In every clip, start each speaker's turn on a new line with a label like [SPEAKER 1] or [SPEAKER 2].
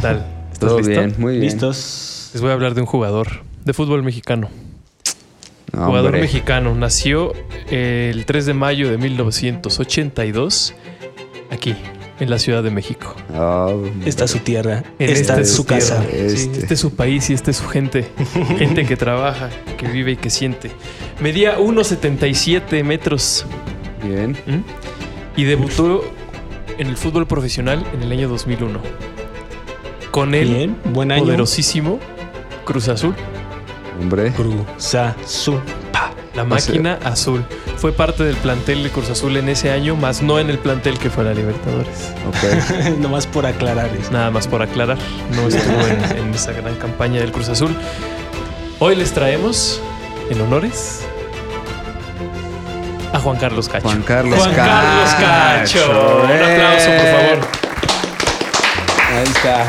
[SPEAKER 1] tal?
[SPEAKER 2] Todo bien, muy bien.
[SPEAKER 3] ¿Listos?
[SPEAKER 1] Les voy a hablar de un jugador de fútbol mexicano.
[SPEAKER 2] No,
[SPEAKER 1] Jugador
[SPEAKER 2] hombre.
[SPEAKER 1] mexicano. Nació el 3 de mayo de 1982 aquí, en la Ciudad de México.
[SPEAKER 2] No,
[SPEAKER 3] Esta es su tierra.
[SPEAKER 1] En
[SPEAKER 3] esta
[SPEAKER 1] este
[SPEAKER 3] es su
[SPEAKER 1] tierra.
[SPEAKER 3] casa.
[SPEAKER 1] Sí,
[SPEAKER 2] Este.
[SPEAKER 1] este es su país y este es su gente. gente que trabaja, que vive y que siente. Medía 1,77 metros
[SPEAKER 2] Bien.
[SPEAKER 1] ¿m? y debutó en el fútbol profesional en el año 2001. Con el
[SPEAKER 3] Bien, buen año.
[SPEAKER 1] poderosísimo Cruz Azul.
[SPEAKER 2] Hombre.
[SPEAKER 3] Cruz Azul.
[SPEAKER 1] La
[SPEAKER 2] O sea-
[SPEAKER 1] máquina azul. Fue parte del plantel de Cruz Azul en ese año, más no en el plantel que fue a la Libertadores.
[SPEAKER 2] Ok.
[SPEAKER 3] Nomás por aclarar eso.
[SPEAKER 1] Nada más por aclarar, no estuvo en, en esa gran campaña del Cruz Azul. Hoy les traemos, en honores, a Juan Carlos Cacho.
[SPEAKER 2] Juan Carlos
[SPEAKER 1] Juan
[SPEAKER 2] Cacho. eh.
[SPEAKER 1] Carlos Cacho. Un aplauso, por favor.
[SPEAKER 2] Ahí está.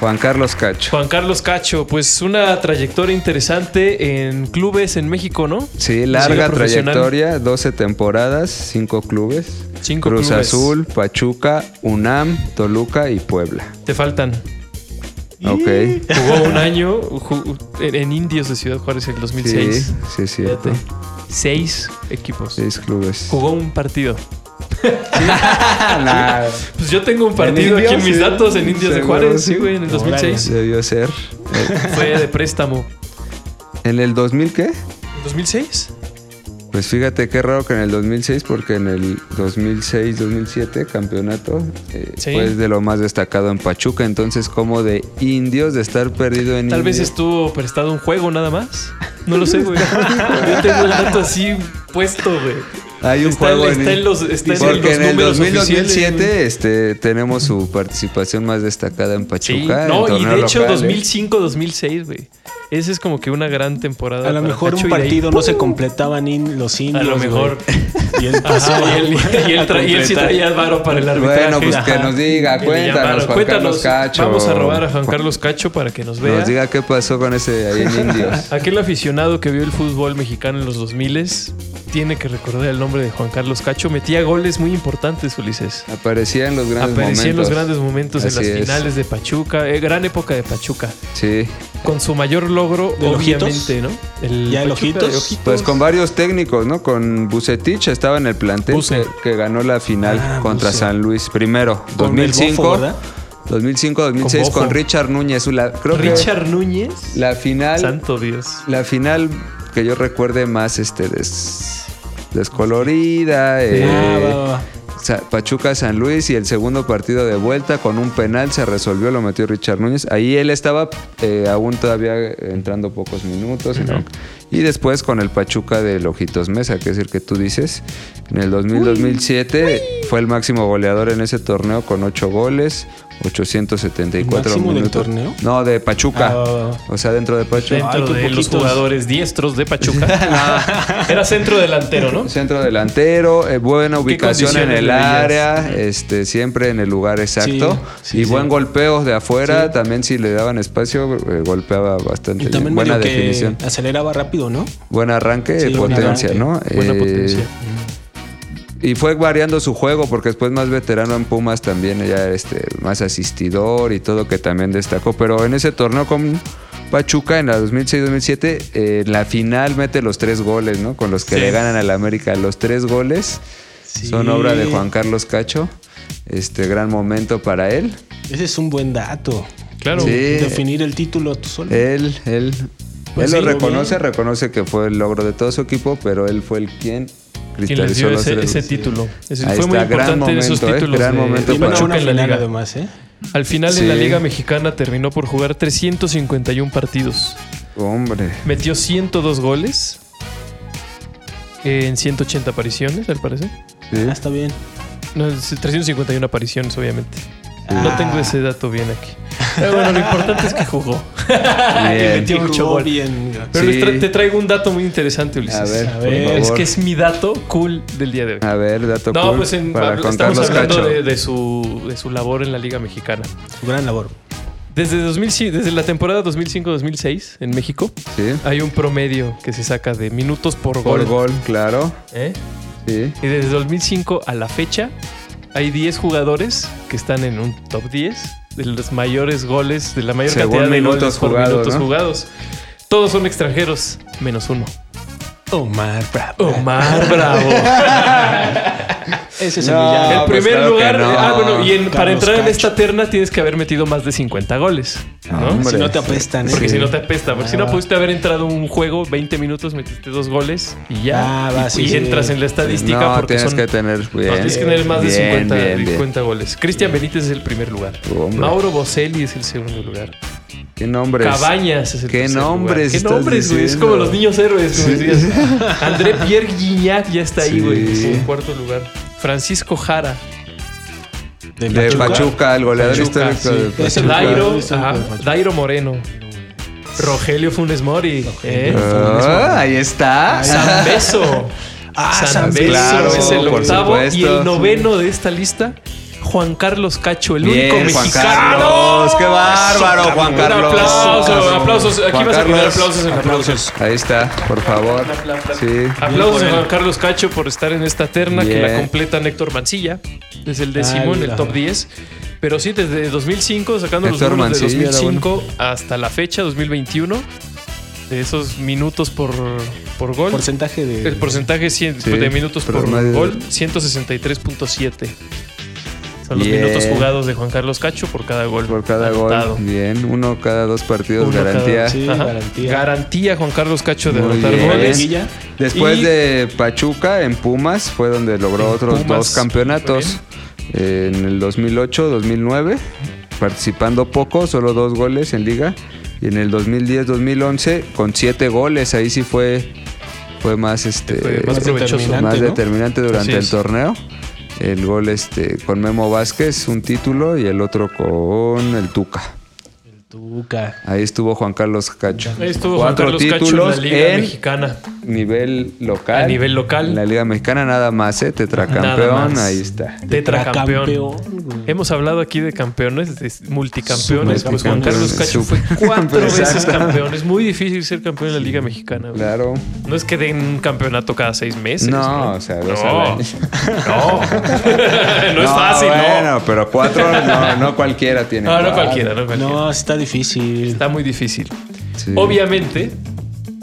[SPEAKER 2] Juan Carlos Cacho.
[SPEAKER 1] Juan Carlos Cacho, pues una trayectoria interesante en clubes en México, ¿no?
[SPEAKER 2] Sí,
[SPEAKER 1] Liga
[SPEAKER 2] larga
[SPEAKER 1] profesional.
[SPEAKER 2] trayectoria, 12 temporadas, 5 clubes.
[SPEAKER 1] Cinco
[SPEAKER 2] Cruz
[SPEAKER 1] clubes.
[SPEAKER 2] Azul, Pachuca, UNAM, Toluca y Puebla.
[SPEAKER 1] Te faltan.
[SPEAKER 2] Ok.
[SPEAKER 1] Jugó un año ju- en, en Indios de Ciudad Juárez en el
[SPEAKER 2] Sí,
[SPEAKER 1] 2006.
[SPEAKER 2] sí, es cierto.
[SPEAKER 1] Fíjate, Seis equipos.
[SPEAKER 2] 6 clubes. Ah,
[SPEAKER 1] Jugó un partido.
[SPEAKER 2] Nah,
[SPEAKER 1] Pues yo tengo un partido
[SPEAKER 2] ¿En
[SPEAKER 1] aquí en mis
[SPEAKER 2] Indios?
[SPEAKER 1] datos en Indios de
[SPEAKER 2] Seguro,
[SPEAKER 1] Juárez, sí,
[SPEAKER 2] sí.
[SPEAKER 1] güey, en el 2006.
[SPEAKER 2] Debió ser. Eh,
[SPEAKER 1] Fue de préstamo.
[SPEAKER 2] ¿En el 2000 qué?
[SPEAKER 1] ¿2006?
[SPEAKER 2] Pues fíjate qué raro que en el 2006, porque en el 2006-2007 campeonato eh,
[SPEAKER 1] Sí.
[SPEAKER 2] fue de lo más destacado en Pachuca. Entonces, como de indios, de estar perdido en
[SPEAKER 1] Tal vez
[SPEAKER 2] indios.
[SPEAKER 1] estuvo prestado un juego nada más. No lo sé, güey. Yo tengo el dato así puesto, güey.
[SPEAKER 2] Hay un
[SPEAKER 1] está
[SPEAKER 2] juego
[SPEAKER 1] en- está en los- está en
[SPEAKER 2] Porque
[SPEAKER 1] los
[SPEAKER 2] en el
[SPEAKER 1] números
[SPEAKER 2] 2000,
[SPEAKER 1] oficiales,
[SPEAKER 2] 2007 este, tenemos su participación más destacada en
[SPEAKER 1] Sí.
[SPEAKER 2] Pachuca.
[SPEAKER 1] No,
[SPEAKER 2] en
[SPEAKER 1] y de
[SPEAKER 2] torneo
[SPEAKER 1] hecho
[SPEAKER 2] local, ¿eh?
[SPEAKER 1] 2005-2006, güey. Esa es como que una gran temporada.
[SPEAKER 3] A lo
[SPEAKER 1] para
[SPEAKER 3] mejor
[SPEAKER 1] Cacho
[SPEAKER 3] un
[SPEAKER 1] y de ahí,
[SPEAKER 3] partido no se
[SPEAKER 1] ¡pum!
[SPEAKER 3] completaban in- los indios.
[SPEAKER 1] A lo
[SPEAKER 3] güey.
[SPEAKER 1] mejor.
[SPEAKER 3] Y él pasó.
[SPEAKER 1] Ajá, y él, y él tra- y él sí
[SPEAKER 3] completar.
[SPEAKER 1] traía el varo para el arbitraje.
[SPEAKER 2] Bueno, pues que
[SPEAKER 1] Ajá.
[SPEAKER 2] nos diga,
[SPEAKER 1] Que le llamaron.
[SPEAKER 2] cuéntanos, Juan Carlos Cacho.
[SPEAKER 1] Vamos a robar a Juan Carlos Cacho para que nos vea.
[SPEAKER 2] Nos diga qué pasó con ese ahí en indios.
[SPEAKER 1] Aquel aficionado que vio el fútbol mexicano en los 2000 tiene que recordar el nombre de Juan Carlos Cacho. Metía goles muy importantes, Ulises.
[SPEAKER 2] Aparecía en los grandes momentos.
[SPEAKER 1] Aparecía en los grandes momentos,
[SPEAKER 2] Así
[SPEAKER 1] en las
[SPEAKER 2] es.
[SPEAKER 1] finales de Pachuca. eh, gran época de Pachuca.
[SPEAKER 2] Sí.
[SPEAKER 1] Con su mayor logro,
[SPEAKER 3] ¿De
[SPEAKER 1] obviamente,
[SPEAKER 3] Ojitos?
[SPEAKER 1] ¿no? El
[SPEAKER 3] ¿Ya el
[SPEAKER 1] Pachuca
[SPEAKER 3] Ojitos?
[SPEAKER 1] de Ojitos.
[SPEAKER 2] Pues con varios técnicos, ¿no? Con Bucetich estaba en el plantel
[SPEAKER 1] Buce.
[SPEAKER 2] que, que ganó la final
[SPEAKER 3] Ah,
[SPEAKER 2] contra
[SPEAKER 3] Buce.
[SPEAKER 2] San Luis primero,
[SPEAKER 3] Con el
[SPEAKER 2] 2005.
[SPEAKER 3] Bofo, ¿verdad?
[SPEAKER 2] 2005, 2006
[SPEAKER 1] Bofo.
[SPEAKER 2] con, Richard Núñez. La, creo
[SPEAKER 1] Richard Núñez.
[SPEAKER 2] que la final,
[SPEAKER 1] Santo Dios.
[SPEAKER 2] la final que yo recuerde más este des- descolorida. eh,
[SPEAKER 3] Ah, va, va, va.
[SPEAKER 2] Sa- Pachuca San Luis y el segundo partido de vuelta con un penal se resolvió, lo metió Richard Núñez. Ahí él estaba eh, aún todavía entrando pocos minutos. ¿no? Y después con el Pachuca de Lojitos Mesa, que es el que tú dices. En el 2000-2007 fue el máximo goleador en ese torneo con 8 goles, 874
[SPEAKER 3] ¿El máximo del
[SPEAKER 2] minutos.
[SPEAKER 3] torneo?
[SPEAKER 2] No, de Pachuca.
[SPEAKER 3] Ah, va, va.
[SPEAKER 2] O sea, dentro de Pachuca.
[SPEAKER 1] Dentro
[SPEAKER 3] qué
[SPEAKER 1] de los
[SPEAKER 3] poquitos.
[SPEAKER 1] jugadores diestros de Pachuca. Era centro delantero, ¿no?
[SPEAKER 2] Centro delantero, eh, buena ubicación en
[SPEAKER 1] condiciones
[SPEAKER 2] el
[SPEAKER 1] le veías?
[SPEAKER 2] área, este, siempre en el lugar exacto.
[SPEAKER 3] sí,
[SPEAKER 2] y
[SPEAKER 3] sí.
[SPEAKER 2] buen golpeo de afuera,
[SPEAKER 3] Sí.
[SPEAKER 2] también si le daban espacio, eh, golpeaba bastante
[SPEAKER 3] Y
[SPEAKER 2] bien.
[SPEAKER 3] también
[SPEAKER 2] Buena
[SPEAKER 3] medio que
[SPEAKER 2] definición.
[SPEAKER 3] aceleraba rápido, ¿no?
[SPEAKER 2] Buen arranque,
[SPEAKER 3] Sí, buen
[SPEAKER 2] potencia,
[SPEAKER 3] arranque.
[SPEAKER 2] ¿no?
[SPEAKER 1] Buena
[SPEAKER 2] Eh,
[SPEAKER 1] potencia.
[SPEAKER 2] Y fue variando su juego, porque después más veterano en Pumas también, ya este, más asistidor y todo que también destacó. Pero en ese torneo con Pachuca, en la 2006-2007, eh, en la final mete los tres goles, ¿no? Con los que
[SPEAKER 1] Sí.
[SPEAKER 2] le ganan al América. Los tres goles son obra de Juan Carlos Cacho. Este gran momento para él.
[SPEAKER 3] Ese es un buen dato.
[SPEAKER 1] Claro.
[SPEAKER 2] Sí. Eh,
[SPEAKER 3] Definir el título tú solo.
[SPEAKER 2] Él, él,
[SPEAKER 3] Pues
[SPEAKER 2] él
[SPEAKER 3] sí,
[SPEAKER 2] lo
[SPEAKER 3] lo
[SPEAKER 2] reconoce,
[SPEAKER 3] vi.
[SPEAKER 2] reconoce que fue el logro de todo su equipo, pero él fue el quien
[SPEAKER 1] quien les
[SPEAKER 2] cristalizó
[SPEAKER 1] dio
[SPEAKER 2] los
[SPEAKER 1] ese,
[SPEAKER 2] tres.
[SPEAKER 1] ese título. Ese
[SPEAKER 2] Ahí
[SPEAKER 1] fue muy
[SPEAKER 2] está, gran
[SPEAKER 1] importante en esos
[SPEAKER 2] momento, ¿eh?
[SPEAKER 1] títulos.
[SPEAKER 2] Gran
[SPEAKER 1] de-
[SPEAKER 2] momento
[SPEAKER 1] de
[SPEAKER 3] y bueno,
[SPEAKER 2] Pachuca
[SPEAKER 3] una
[SPEAKER 1] en la
[SPEAKER 3] final
[SPEAKER 1] liga.
[SPEAKER 3] además, ¿eh?
[SPEAKER 1] Al final en la
[SPEAKER 2] Sí.
[SPEAKER 1] Liga Mexicana terminó por jugar 351 partidos.
[SPEAKER 2] Hombre,
[SPEAKER 1] Metió 102 goles en 180 apariciones, al parecer.
[SPEAKER 2] sí.
[SPEAKER 3] Ah, está bien.
[SPEAKER 1] No, es 351 apariciones, obviamente.
[SPEAKER 3] Ah.
[SPEAKER 1] No tengo ese dato bien aquí. Pero bueno, lo importante es que jugó.
[SPEAKER 2] Bien.
[SPEAKER 1] Y metió
[SPEAKER 3] Jugó
[SPEAKER 1] mucho gol.
[SPEAKER 3] bien.
[SPEAKER 1] Pero les tra-
[SPEAKER 2] Sí.
[SPEAKER 1] te traigo un dato muy interesante, Ulises.
[SPEAKER 2] A ver,
[SPEAKER 3] A ver,
[SPEAKER 2] por
[SPEAKER 1] es
[SPEAKER 2] favor.
[SPEAKER 1] que es mi dato cool del día de hoy.
[SPEAKER 2] A ver, dato
[SPEAKER 1] No,
[SPEAKER 2] cool
[SPEAKER 1] pues en-
[SPEAKER 2] para
[SPEAKER 1] hablo-
[SPEAKER 2] Juan
[SPEAKER 1] estamos
[SPEAKER 2] Carlos
[SPEAKER 1] hablando
[SPEAKER 2] Cacho.
[SPEAKER 1] de, de su, de su labor en la Liga Mexicana.
[SPEAKER 3] Gran labor.
[SPEAKER 1] Desde, 2005 desde la temporada 2005-2006 en México,
[SPEAKER 2] Sí.
[SPEAKER 1] hay un promedio que se saca de minutos por, gol.
[SPEAKER 2] Por gol, claro.
[SPEAKER 1] ¿eh?
[SPEAKER 2] Sí.
[SPEAKER 1] Y desde 2005 a la fecha, hay 10 jugadores que están en un top 10 de los mayores goles, de la mayor
[SPEAKER 2] Según
[SPEAKER 1] cantidad de
[SPEAKER 2] minutos
[SPEAKER 1] goles por
[SPEAKER 2] jugados,
[SPEAKER 1] minutos
[SPEAKER 2] ¿no?
[SPEAKER 1] jugados. Todos son extranjeros, menos uno.
[SPEAKER 3] Omar Bravo.
[SPEAKER 1] Omar Bravo.
[SPEAKER 3] Ese es
[SPEAKER 2] No.
[SPEAKER 3] el villano.
[SPEAKER 1] En
[SPEAKER 2] pues
[SPEAKER 1] primer
[SPEAKER 2] claro que
[SPEAKER 1] lugar,
[SPEAKER 2] no.
[SPEAKER 1] ah, bueno, y en- para
[SPEAKER 3] Carlos
[SPEAKER 1] entrar en
[SPEAKER 3] Cacho.
[SPEAKER 1] esta terna tienes que haber metido más de 50 goles.
[SPEAKER 2] No,
[SPEAKER 1] ¿no?
[SPEAKER 2] Ah, hombre.
[SPEAKER 3] Si no te apestan, ¿eh?
[SPEAKER 1] Porque
[SPEAKER 2] Sí. Ah.
[SPEAKER 1] si no te apesta, porque si no pudiste haber entrado un juego 20 minutos, metiste dos goles y ya.
[SPEAKER 3] Ah, va,
[SPEAKER 1] y,
[SPEAKER 3] sí,
[SPEAKER 1] y
[SPEAKER 3] sí.
[SPEAKER 1] entras en la estadística
[SPEAKER 2] No,
[SPEAKER 1] porque
[SPEAKER 2] tienes
[SPEAKER 1] son.
[SPEAKER 2] que tener. Bien,
[SPEAKER 1] no, tienes que tener más de
[SPEAKER 2] bien,
[SPEAKER 1] 50,
[SPEAKER 2] bien, bien.
[SPEAKER 1] 50 goles. Cristian Benítez es el primer lugar.
[SPEAKER 2] Hombre.
[SPEAKER 1] Mauro Boselli es el segundo lugar.
[SPEAKER 2] ¿Qué nombres?
[SPEAKER 1] Cabañas es el
[SPEAKER 2] ¿Qué
[SPEAKER 1] tercer
[SPEAKER 2] nombres
[SPEAKER 1] lugar. ¿Qué
[SPEAKER 2] estás
[SPEAKER 1] nombres, güey? Es
[SPEAKER 2] diciendo?
[SPEAKER 1] como los niños héroes, como decías. André Pierre Guignac ya está ahí,
[SPEAKER 2] Sí.
[SPEAKER 1] güey. Es el cuarto lugar. Francisco Jara.
[SPEAKER 2] De Pachuca, el goleador
[SPEAKER 1] Pachuca,
[SPEAKER 2] histórico
[SPEAKER 1] sí.
[SPEAKER 2] de
[SPEAKER 1] Es
[SPEAKER 2] Pachuca.
[SPEAKER 3] el
[SPEAKER 1] Dairo,
[SPEAKER 3] Sí,
[SPEAKER 1] ajá,
[SPEAKER 3] Pachuca.
[SPEAKER 1] Dairo Moreno. Rogelio Funes Mori. ¿eh?
[SPEAKER 2] Ah, ahí está.
[SPEAKER 1] San Beso.
[SPEAKER 3] Ah,
[SPEAKER 1] San
[SPEAKER 3] San
[SPEAKER 1] Beso
[SPEAKER 2] Claro,
[SPEAKER 1] es el
[SPEAKER 2] por
[SPEAKER 1] octavo
[SPEAKER 2] supuesto.
[SPEAKER 1] y el noveno de esta lista. Juan Carlos Cacho, el
[SPEAKER 2] Bien,
[SPEAKER 1] único
[SPEAKER 2] Juan
[SPEAKER 1] mexicano.
[SPEAKER 2] Carlos, qué bárbaro, Juan Carlos.
[SPEAKER 1] Un aplauso,
[SPEAKER 2] Juan
[SPEAKER 1] aplausos. Aquí
[SPEAKER 2] Juan
[SPEAKER 1] vas a poner
[SPEAKER 2] Carlos.
[SPEAKER 1] aplausos en aplausos.
[SPEAKER 2] Ahí está, por favor. Sí.
[SPEAKER 1] Aplausos a Juan Carlos Cacho por estar en esta terna que la
[SPEAKER 2] Bien.
[SPEAKER 1] completa Héctor Mancilla. Es el décimo
[SPEAKER 3] Ah,
[SPEAKER 1] en el
[SPEAKER 3] mira.
[SPEAKER 1] top 10. Pero sí, desde 2005, sacando
[SPEAKER 2] Héctor
[SPEAKER 1] los números de
[SPEAKER 2] Mancilla,
[SPEAKER 1] 2005 hasta la fecha, 2021, de esos minutos por, por gol.
[SPEAKER 3] Porcentaje de.
[SPEAKER 1] El porcentaje cien-
[SPEAKER 2] Sí,
[SPEAKER 1] de minutos por
[SPEAKER 2] promedio.
[SPEAKER 1] gol, 163.7. Son los
[SPEAKER 2] Bien.
[SPEAKER 1] minutos jugados de Juan Carlos Cacho por cada gol.
[SPEAKER 2] Por cada
[SPEAKER 1] anotado.
[SPEAKER 2] gol. Bien, uno cada dos partidos,
[SPEAKER 1] Uno cada-
[SPEAKER 2] garantía.
[SPEAKER 3] sí.
[SPEAKER 1] Ajá.
[SPEAKER 3] garantía.
[SPEAKER 1] Garantía Juan Carlos Cacho de
[SPEAKER 2] Muy
[SPEAKER 1] anotar
[SPEAKER 2] bien.
[SPEAKER 1] goles.
[SPEAKER 3] Liguilla.
[SPEAKER 2] Después
[SPEAKER 1] Y-
[SPEAKER 2] de Pachuca, en Pumas, fue donde logró
[SPEAKER 1] En
[SPEAKER 2] otros
[SPEAKER 1] Pumas,
[SPEAKER 2] dos campeonatos. Eh, en el 2008, 2009, participando poco, solo dos goles en liga. Y en el 2010, 2011, con siete goles. Ahí sí fue, fue más, este,
[SPEAKER 1] Fue más
[SPEAKER 2] eh,
[SPEAKER 1] provechoso.
[SPEAKER 3] determinante,
[SPEAKER 2] más
[SPEAKER 3] ¿no?
[SPEAKER 2] determinante durante
[SPEAKER 1] Así
[SPEAKER 2] el
[SPEAKER 1] es.
[SPEAKER 2] torneo. El gol este, con Memo Vázquez, un título, y el otro con el Tuca.
[SPEAKER 3] Tuca.
[SPEAKER 2] Ahí estuvo Juan Carlos Cacho.
[SPEAKER 1] Ahí estuvo Juan
[SPEAKER 2] Cuatro
[SPEAKER 1] Carlos
[SPEAKER 2] títulos
[SPEAKER 1] Cacho en la Liga
[SPEAKER 2] en
[SPEAKER 1] Mexicana.
[SPEAKER 2] nivel local.
[SPEAKER 1] A nivel local.
[SPEAKER 2] En la Liga Mexicana nada más, ¿eh?
[SPEAKER 1] Nada
[SPEAKER 2] Tetracampeón,
[SPEAKER 1] más.
[SPEAKER 2] ahí está.
[SPEAKER 1] Tetracampeón.
[SPEAKER 3] Tetracampeón, güey.
[SPEAKER 1] Hemos hablado aquí de campeones, de multicampeones. Pues Juan Carlos
[SPEAKER 2] Multicampeones,
[SPEAKER 1] Cacho fue
[SPEAKER 2] super-
[SPEAKER 1] cuatro veces
[SPEAKER 2] Exacto.
[SPEAKER 1] campeón. Es muy difícil ser campeón en la Liga Mexicana. güey.
[SPEAKER 2] Claro.
[SPEAKER 1] No es que den un campeonato cada seis meses.
[SPEAKER 2] No, o sea, dos
[SPEAKER 1] no.
[SPEAKER 2] al año.
[SPEAKER 1] No. No es fácil,
[SPEAKER 2] bueno, pero cuatro no, no cualquiera tiene.
[SPEAKER 1] no. No, no
[SPEAKER 2] cuatro.
[SPEAKER 1] cualquiera, no cualquiera.
[SPEAKER 3] No, está difícil.
[SPEAKER 1] Está muy difícil.
[SPEAKER 2] Sí.
[SPEAKER 1] Obviamente,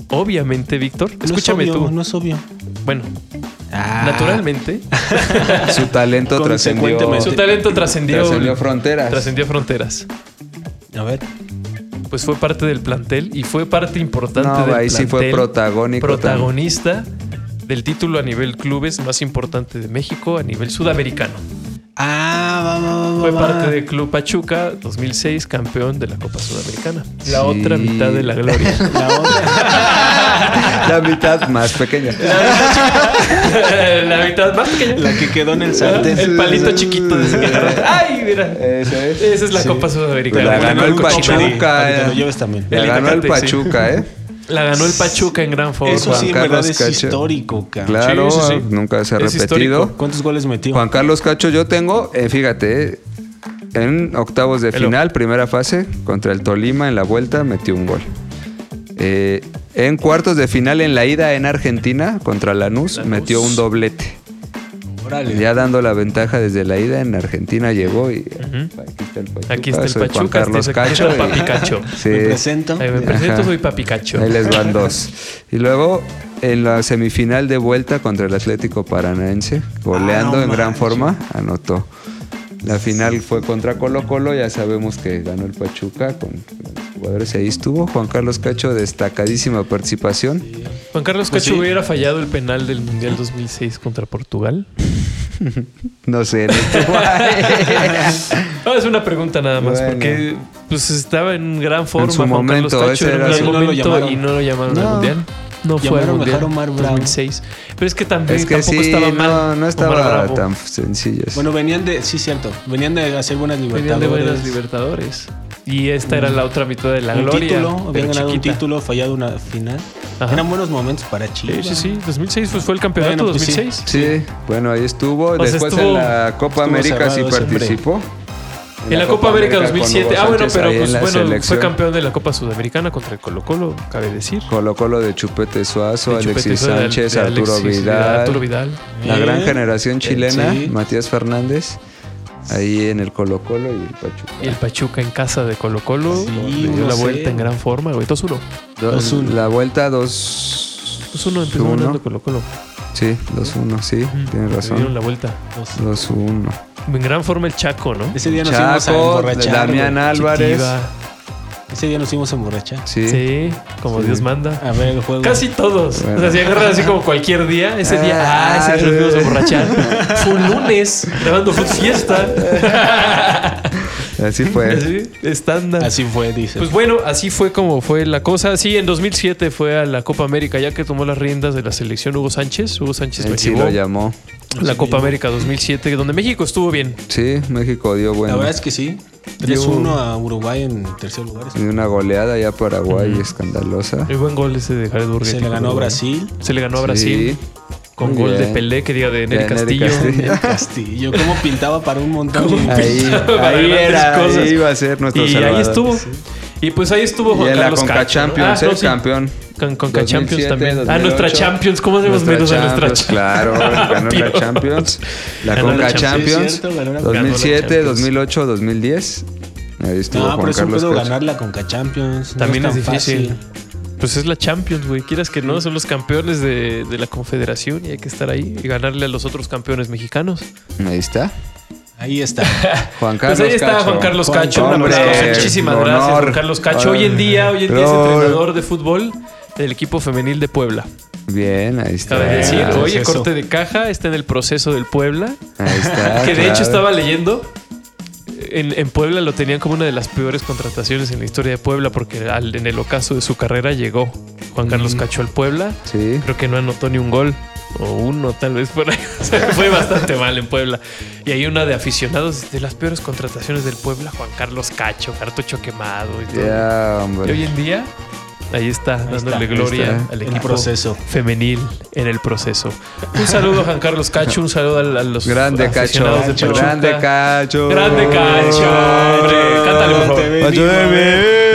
[SPEAKER 1] obviamente, Víctor,
[SPEAKER 3] No es
[SPEAKER 1] escúchame
[SPEAKER 3] obvio,
[SPEAKER 1] tú.
[SPEAKER 3] No es obvio.
[SPEAKER 1] Bueno,
[SPEAKER 3] Ah.
[SPEAKER 1] naturalmente,
[SPEAKER 2] Su talento trascendió.
[SPEAKER 3] Consecuentemente.
[SPEAKER 1] su talento trascendió,
[SPEAKER 2] Trascendió fronteras.
[SPEAKER 1] trascendió fronteras.
[SPEAKER 3] A ver.
[SPEAKER 1] Pues fue parte del plantel y fue parte importante
[SPEAKER 2] No,
[SPEAKER 1] del
[SPEAKER 2] ahí sí fue
[SPEAKER 1] plantel,
[SPEAKER 2] protagónico
[SPEAKER 1] Protagonista del título a nivel clubes más importante de México a nivel sudamericano.
[SPEAKER 3] Ah, va, va, va, va,
[SPEAKER 1] Fue
[SPEAKER 3] va.
[SPEAKER 1] parte de Club Pachuca 2006, campeón de la Copa Sudamericana. La
[SPEAKER 2] Sí.
[SPEAKER 1] otra mitad de la gloria.
[SPEAKER 3] La otra.
[SPEAKER 2] La mitad más pequeña.
[SPEAKER 1] la mitad más pequeña.
[SPEAKER 3] la que quedó en el sartén.
[SPEAKER 1] El palito chiquito de ese que agarraste. ¡Ay, mira!
[SPEAKER 2] Eso es.
[SPEAKER 1] Esa es la
[SPEAKER 2] Sí.
[SPEAKER 1] Copa Sudamericana.
[SPEAKER 2] La
[SPEAKER 1] Bueno,
[SPEAKER 2] ganó el
[SPEAKER 1] Copa
[SPEAKER 2] Pachuca.
[SPEAKER 1] Sudamericana.
[SPEAKER 3] Para que te
[SPEAKER 2] eh.
[SPEAKER 3] lo lleves también.
[SPEAKER 1] El
[SPEAKER 2] La ganó el
[SPEAKER 1] Itacate, sí.
[SPEAKER 2] Pachuca, ¿eh?
[SPEAKER 1] La ganó el Pachuca en gran forma.
[SPEAKER 3] Eso
[SPEAKER 2] Juan
[SPEAKER 3] sí, en
[SPEAKER 2] Carlos
[SPEAKER 3] verdad es
[SPEAKER 2] Cacho.
[SPEAKER 3] histórico, cabrón.
[SPEAKER 2] Claro,
[SPEAKER 1] Sí, sí, sí.
[SPEAKER 2] nunca se ha
[SPEAKER 1] Es
[SPEAKER 2] repetido.
[SPEAKER 1] histórico.
[SPEAKER 3] ¿Cuántos goles metió?
[SPEAKER 2] Juan Carlos Cacho, yo tengo, eh, fíjate, eh, en octavos de
[SPEAKER 1] Hello.
[SPEAKER 2] final, primera fase, contra el Tolima en la vuelta, metió un gol. Eh, en cuartos de final, en la ida en Argentina, contra Lanús,
[SPEAKER 1] Lanús.
[SPEAKER 2] metió un doblete.
[SPEAKER 3] Órale.
[SPEAKER 2] Ya dando la ventaja desde la ida en Argentina, llegó y
[SPEAKER 1] Ujú.
[SPEAKER 2] aquí está el Pachuca.
[SPEAKER 1] Aquí está el
[SPEAKER 2] soy Juan
[SPEAKER 1] Pachuca,
[SPEAKER 2] Carlos
[SPEAKER 1] este- aquí está
[SPEAKER 2] Cacho,
[SPEAKER 1] el
[SPEAKER 2] y-
[SPEAKER 1] Papi Cacho.
[SPEAKER 2] Sí.
[SPEAKER 3] Me presento.
[SPEAKER 1] Ahí me
[SPEAKER 2] Ajá.
[SPEAKER 1] presento, soy Papi Cacho.
[SPEAKER 2] Ahí les van dos. Y luego en la semifinal de vuelta contra el Atlético Paranaense, goleando
[SPEAKER 3] Ah, no
[SPEAKER 2] en gran
[SPEAKER 3] manches.
[SPEAKER 2] forma, anotó. La final fue contra Colo Colo, ya sabemos que ganó el Pachuca con los jugadores, ahí estuvo. Juan Carlos Cacho, destacadísima participación.
[SPEAKER 1] Juan Carlos
[SPEAKER 3] Pues
[SPEAKER 1] Cacho
[SPEAKER 3] sí.
[SPEAKER 1] hubiera fallado el penal del Mundial 2006 contra Portugal.
[SPEAKER 2] No sé, no estuvo ahí.
[SPEAKER 1] Ah, es una pregunta nada más,
[SPEAKER 2] Bueno.
[SPEAKER 1] porque pues estaba en gran forma.
[SPEAKER 2] su
[SPEAKER 1] Juan Carlos
[SPEAKER 2] momento,
[SPEAKER 1] Cacho,
[SPEAKER 2] ese
[SPEAKER 1] en un
[SPEAKER 2] era
[SPEAKER 1] gran
[SPEAKER 2] su-
[SPEAKER 3] No lo
[SPEAKER 1] momento,
[SPEAKER 3] llamaron.
[SPEAKER 1] y no lo llamaron al
[SPEAKER 3] No.
[SPEAKER 1] mundial. No fue al
[SPEAKER 3] Llamaron
[SPEAKER 1] mundial.
[SPEAKER 3] mejor a Omar Bravo.
[SPEAKER 1] 2006. Pero es que también
[SPEAKER 2] es que
[SPEAKER 1] tampoco
[SPEAKER 2] sí,
[SPEAKER 1] estaba mal.
[SPEAKER 2] no, no
[SPEAKER 1] Omar
[SPEAKER 2] estaba
[SPEAKER 1] Bravo.
[SPEAKER 2] tan sencillo.
[SPEAKER 3] Bueno, venían de. Sí, cierto. Venían de hacer buenas
[SPEAKER 1] Venían
[SPEAKER 3] libertades.
[SPEAKER 1] de buenas Libertadores. Y esta era la otra mitad de la
[SPEAKER 3] un
[SPEAKER 1] gloria.
[SPEAKER 3] título, habían
[SPEAKER 1] pero
[SPEAKER 3] ganado
[SPEAKER 1] chiquita.
[SPEAKER 3] un título, fallado una final.
[SPEAKER 1] Ajá.
[SPEAKER 3] Eran buenos momentos para
[SPEAKER 1] Sí,
[SPEAKER 3] Chivas.
[SPEAKER 1] sí, sí. 2006 pues, fue el campeonato,
[SPEAKER 3] Bueno, pues sí.
[SPEAKER 1] 2006.
[SPEAKER 2] Sí, bueno, ahí estuvo.
[SPEAKER 1] sea,
[SPEAKER 2] Después
[SPEAKER 1] estuvo-
[SPEAKER 2] en la Copa
[SPEAKER 3] estuvo
[SPEAKER 2] América sí
[SPEAKER 3] cerrado siempre.
[SPEAKER 2] participó.
[SPEAKER 1] En la Copa América 2007.
[SPEAKER 2] con
[SPEAKER 1] Ah,
[SPEAKER 2] Hugo
[SPEAKER 1] bueno,
[SPEAKER 2] Sánchez
[SPEAKER 1] pero
[SPEAKER 2] ahí en
[SPEAKER 1] pues
[SPEAKER 2] la
[SPEAKER 1] bueno,
[SPEAKER 2] selección.
[SPEAKER 1] fue campeón de la Copa Sudamericana contra el Colo Colo, cabe decir.
[SPEAKER 2] Colo Colo de Chupete Suazo,
[SPEAKER 1] De Chupete
[SPEAKER 2] Alexis
[SPEAKER 1] Suárez, de-
[SPEAKER 2] Sánchez,
[SPEAKER 1] de
[SPEAKER 2] Arturo
[SPEAKER 1] Alexis, de
[SPEAKER 2] Vidal,
[SPEAKER 1] Arturo Vidal.
[SPEAKER 2] la gran
[SPEAKER 3] Eh,
[SPEAKER 2] generación chilena,
[SPEAKER 3] sí.
[SPEAKER 2] Matías Fernández. ahí en el Colo Colo y el Pachuca.
[SPEAKER 1] Y el Pachuca en casa de Colo Colo
[SPEAKER 3] Sí,
[SPEAKER 1] le dio la
[SPEAKER 3] 1-0.
[SPEAKER 1] vuelta en gran forma, güey. 2-1.
[SPEAKER 2] Do-
[SPEAKER 3] 2-1.
[SPEAKER 2] La vuelta 2.
[SPEAKER 1] 2-1 empezó ganando Colo Colo.
[SPEAKER 2] Sí, 2-1, sí, tienes
[SPEAKER 1] Le dieron
[SPEAKER 2] razón.
[SPEAKER 1] la vuelta.
[SPEAKER 2] 2-1.
[SPEAKER 1] En gran forma el Chaco, ¿no?
[SPEAKER 3] Ese día nos íbamos a
[SPEAKER 2] Chaco,
[SPEAKER 3] emborrachar.
[SPEAKER 2] Damián
[SPEAKER 3] güey.
[SPEAKER 2] Álvarez.
[SPEAKER 1] Chitiva.
[SPEAKER 3] Ese día nos íbamos a emborrachar.
[SPEAKER 2] Sí.
[SPEAKER 1] Sí, como
[SPEAKER 2] Sí.
[SPEAKER 1] Dios manda.
[SPEAKER 3] A ver el juego.
[SPEAKER 1] Casi todos.
[SPEAKER 2] Bueno.
[SPEAKER 1] O sea, si agarran así como cualquier día, ese día, ah,
[SPEAKER 2] Ah,
[SPEAKER 1] ese día nos fuimos a
[SPEAKER 2] güey.
[SPEAKER 1] emborrachar. Fue un lunes, grabando Food Fiesta.
[SPEAKER 2] Así fue.
[SPEAKER 1] Así, estándar.
[SPEAKER 3] Así fue, dice.
[SPEAKER 1] Pues bueno, así fue como fue la cosa. Sí, en 2007 fue a la Copa América, ya que tomó las riendas de la selección Hugo Sánchez. Hugo Sánchez lo
[SPEAKER 2] Él sí
[SPEAKER 1] llevó
[SPEAKER 2] lo llamó.
[SPEAKER 1] la Copa América 2007, donde México estuvo bien.
[SPEAKER 2] Sí, México dio
[SPEAKER 3] la
[SPEAKER 2] bueno.
[SPEAKER 3] verdad es que sí. 3-1 a Uruguay en tercer lugar.
[SPEAKER 2] Y una goleada ya a Paraguay escandalosa.
[SPEAKER 1] Muy buen gol ese de Jared Borghetti.
[SPEAKER 3] Se le ganó a Brasil.
[SPEAKER 1] Se le ganó a
[SPEAKER 2] Sí.
[SPEAKER 1] Brasil con
[SPEAKER 2] Muy
[SPEAKER 1] gol de
[SPEAKER 2] bien.
[SPEAKER 1] Pelé, que diga de Nery
[SPEAKER 2] De Nery
[SPEAKER 1] Castillo.
[SPEAKER 2] Castillo.
[SPEAKER 3] El Castillo. ¿Cómo pintaba para un montón?
[SPEAKER 1] ¿Cómo
[SPEAKER 3] de-
[SPEAKER 2] Ahí,
[SPEAKER 1] Para
[SPEAKER 2] ahí
[SPEAKER 1] grandes
[SPEAKER 2] era, ahí
[SPEAKER 1] cosas.
[SPEAKER 2] iba a ser nuestro
[SPEAKER 1] Y ahí
[SPEAKER 2] Salvador.
[SPEAKER 1] estuvo. Y pues ahí estuvo
[SPEAKER 2] Y
[SPEAKER 1] Juan
[SPEAKER 2] en la
[SPEAKER 1] Carlos
[SPEAKER 2] Conca
[SPEAKER 1] Cacho, ¿no?
[SPEAKER 2] Champions,
[SPEAKER 1] Ah,
[SPEAKER 2] ¿eh?
[SPEAKER 1] no, sí.
[SPEAKER 2] campeón.
[SPEAKER 1] Con Conca Champions
[SPEAKER 2] 2007,
[SPEAKER 1] también. Ah, nuestra
[SPEAKER 2] 2008.
[SPEAKER 1] Champions. ¿Cómo hacemos menos a nuestra Champions?
[SPEAKER 2] Claro, ganó la Champions. La
[SPEAKER 1] Ganó la
[SPEAKER 2] Conca
[SPEAKER 1] Champions,
[SPEAKER 2] Champions.
[SPEAKER 3] sí, es cierto, ganó la-
[SPEAKER 1] ganó la
[SPEAKER 2] 2007,
[SPEAKER 1] Champions.
[SPEAKER 2] 2008, 2010. Ahí estuvo
[SPEAKER 3] No,
[SPEAKER 2] Juan
[SPEAKER 3] pero es un
[SPEAKER 2] Carlos
[SPEAKER 3] pedo
[SPEAKER 2] Cacho.
[SPEAKER 3] ganarla con Champions. No
[SPEAKER 1] También
[SPEAKER 3] es,
[SPEAKER 1] es,
[SPEAKER 3] tan
[SPEAKER 1] difícil.
[SPEAKER 3] Fácil.
[SPEAKER 1] Pues es la Champions, güey. Quieras que no, son los campeones de, de la Confederación y hay que estar ahí y ganarle a los otros campeones mexicanos.
[SPEAKER 2] Ahí está.
[SPEAKER 3] Ahí está.
[SPEAKER 2] Juan Carlos
[SPEAKER 1] pues ahí está
[SPEAKER 2] Cacho.
[SPEAKER 1] Juan Carlos
[SPEAKER 3] Juan
[SPEAKER 1] Cacho. un
[SPEAKER 2] Carlos
[SPEAKER 1] aplauso.
[SPEAKER 2] Cacho.
[SPEAKER 1] Muchísimas
[SPEAKER 2] Un
[SPEAKER 1] gracias,
[SPEAKER 2] honor.
[SPEAKER 1] Juan Carlos Cacho. Hoy en día, hoy en día es
[SPEAKER 2] Honor.
[SPEAKER 1] entrenador de fútbol del equipo femenil de Puebla.
[SPEAKER 2] Bien, ahí está.
[SPEAKER 1] Cabe decir,
[SPEAKER 3] el
[SPEAKER 1] oye,
[SPEAKER 3] proceso.
[SPEAKER 1] corte de caja, está en el proceso del Puebla.
[SPEAKER 2] Ahí está.
[SPEAKER 1] que de
[SPEAKER 2] Ah, claro.
[SPEAKER 1] hecho estaba leyendo. En, en Puebla lo tenían como una de las peores contrataciones en la historia de Puebla, porque al- en el ocaso de su carrera llegó Juan Carlos
[SPEAKER 2] Mm.
[SPEAKER 1] Cacho al Puebla.
[SPEAKER 2] Sí.
[SPEAKER 1] Creo que no anotó ni un gol. O uno, tal vez por ahí. O sea, fue bastante mal en Puebla. Y hay una de aficionados de las peores contrataciones del Puebla, Juan Carlos Cacho, cartucho quemado y todo.
[SPEAKER 2] Ya,
[SPEAKER 1] Y hoy
[SPEAKER 2] hombre.
[SPEAKER 1] en día, ahí está, dándole
[SPEAKER 3] está,
[SPEAKER 1] gloria
[SPEAKER 2] ahí está.
[SPEAKER 1] al
[SPEAKER 3] El
[SPEAKER 1] equipo
[SPEAKER 3] proceso.
[SPEAKER 1] femenil en el proceso. Un saludo a Juan Carlos Cacho, un saludo a, a los
[SPEAKER 2] Grande Cacho.
[SPEAKER 1] aficionados de Pachuca.
[SPEAKER 2] Grande Cacho.
[SPEAKER 1] Grande Cacho, hombre. Cántale, por favor.
[SPEAKER 3] Ayúdame.